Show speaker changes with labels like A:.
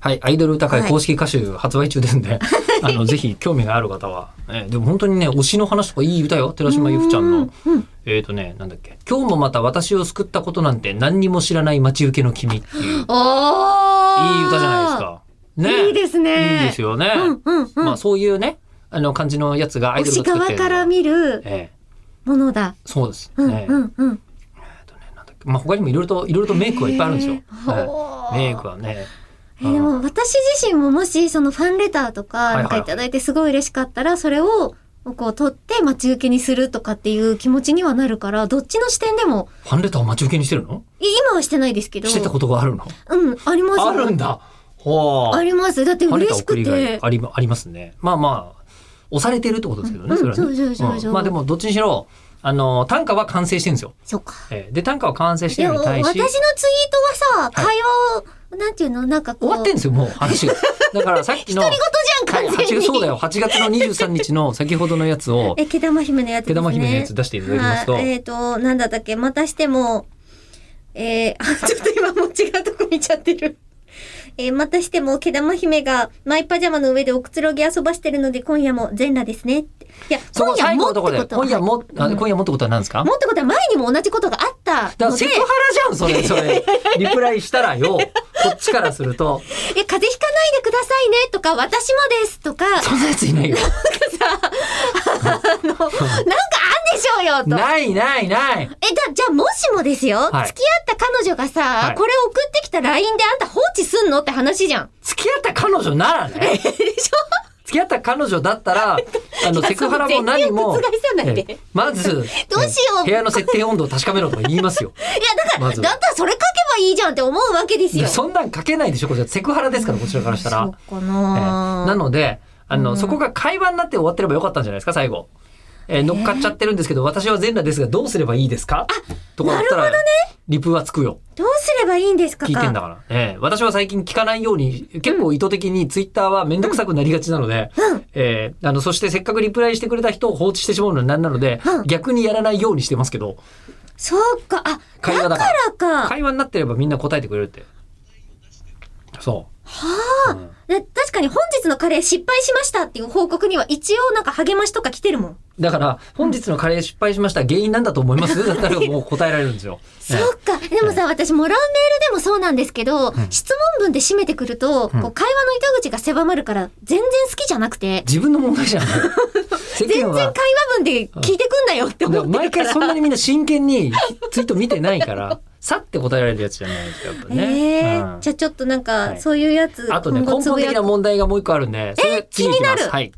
A: はい、アイドル歌会
B: はい
A: 公式歌手発売中ですんで、 あの、ぜひ興味がある方は、えーでも本当にね、推しの話とかいい歌よ、寺島由布ちゃんの。えっ、とね、なんだっけ、今日もまた私を救ったことなんて何にも知らない待ち受けの君っていう、いい
B: おー
A: 歌じゃないです。か。ね。
B: いいですね
A: いいですよね。
B: うんうんうん。
A: まあそういうね、あの感じのやつがアイ
B: 推
A: ドル
B: し
A: が作って
B: 側
A: る
B: から見る
A: ええ
B: ものだ。
A: そうです。
B: うん
A: ね
B: うんうん。
A: えっとねなんだっけまあ他にもいろいろと、いろいろとメイクはいっぱいあるんですよ。
B: へー
A: ええ
B: ほー
A: メイクはね。
B: えーでも私自身ももしそのファンレターと
A: い
B: か
A: はい
B: なんかいただいてすごい嬉しかったらそれをこう取って待ち受けにするとかっていう気持ちにはなるからどっちの視点でも
A: ファンレターを待ち受けにしてるの
B: い今はしてないですけど
A: してたことがあるの
B: うんあります
A: あるんだ。ほ
B: あ
A: う。
B: りますだって
A: ファンレタ
B: 嬉
A: ー
B: し
A: 送
B: く
A: りが
B: て
A: ありありますね。まあまあ、押されてるってことですけどね、
B: うん
A: それはね。
B: そうそうそうそうん
A: まあでも、どっちにしろ、あの、短歌は完成してるんですよ。
B: そうか
A: ええで、短歌は完成して
B: で
A: るの
B: も
A: に
B: 私
A: 対
B: の
A: し
B: ツイートはさ、会話をなんていうのなんかこ
A: 終
B: う
A: わってんですよ、もう話が。だからさっきの。
B: 独り言じゃん
A: は
B: 完
A: い
B: 全
A: 8
B: に、
A: そうだよ8月の23日の先ほどのやつを
B: え毛玉姫のやつです
A: 毛
B: ね
A: 玉姫のやつ出していただきますと、
B: はいえっ、と、なんだったっけ、またしても、えー、あちょっと今もう違うとこ見ちゃってる。えー、またしても、毛玉姫がマイパジャマの上でおくつろぎ遊ばしてるので、今夜も全裸ですねって。いや、
A: そ
B: 今
A: こ
B: 夜
A: 最
B: も
A: 後のと
B: ってこ
A: ころ
B: と
A: で今夜も、あ今夜もってことは何ですか
B: もってことは前にも同じことがあった
A: だから
B: ので、
A: セ
B: え
A: クハ、ラじゃんそれそれリプライしたらよこっちからすると
B: 風邪ひかないでくださいねとか、私もですとか、
A: そんなやついないよ
B: あの、なんかあんでしょうよと。
A: ないないない
B: え、じゃ、じゃあ、もしもですよ、
A: はい
B: 付き合った彼女がさ、
A: はい
B: これ送ってきた LINE であんた放置すんのって話じゃん。
A: 付き合った彼女ならね
B: でしょ
A: 付き合った彼女だった らあのセクハラも何も
B: 全然覆さないで
A: ええまずどう
B: どうしよう
A: 部屋の設定温度を確かめろとか言いますよ
B: いや、だから、
A: まず
B: だったらそれ書けば いいじゃんって思うわけですよ。
A: そんなん書けないでしょこれセクハラですからこちらからしたら
B: そうか
A: ええ
B: な、
A: なので、あの、
B: うん
A: そこが会話になって終わってればよかったんじゃないですか、最後。えー乗っかっちゃってるんですけど、私は全裸ですが、どうすればいいですかとかだったら、リプはつくよ。
B: どうすればいいんですか
A: 聞いてんだか
B: か
A: ら。えー私は最近聞かないように、結構意図的にツイッターはめんどくさくなりがちなので、
B: うん
A: えーあの、そしてせっかくリプライしてくれた人を放置してしまうのはなんなので、
B: うん
A: 逆にやらないようにしてますけど、
B: そうか、あ、
A: 会話だから
B: だからか。
A: 会話になってればみんな答えてくれるって。そう。はあ、
B: で確かに本日のカレー失敗しましたっていう報告には一応なんか励ましとか来てるもん。
A: だから、本日のカレー失敗しました。原因なんだと思いますだったらもう答えられるんですよ。
B: そうか。でもさ、私もらうメールでもそうなんですけど、質問文で締めてくると、
A: ん
B: こう会話の糸口が狭まるから全然好きじゃなくて、
A: 自分の問題じゃん。世
B: 全然
A: 間
B: 会
A: は
B: 話文で聞いてくんだよって思ってるから。
A: 毎回そんなにみんな真剣にツイート見てないから、さって答えられるやつじゃないですか、やっぱね。
B: ええ
A: うん
B: じゃあちょっとなんか、
A: はい
B: そういうやつ、
A: あとね、
B: 今後
A: 根
B: つぶ
A: 本
B: や
A: 的な問題がもう一個あるんで、それ次いきま
B: 気にな
A: す。
B: る
A: はい。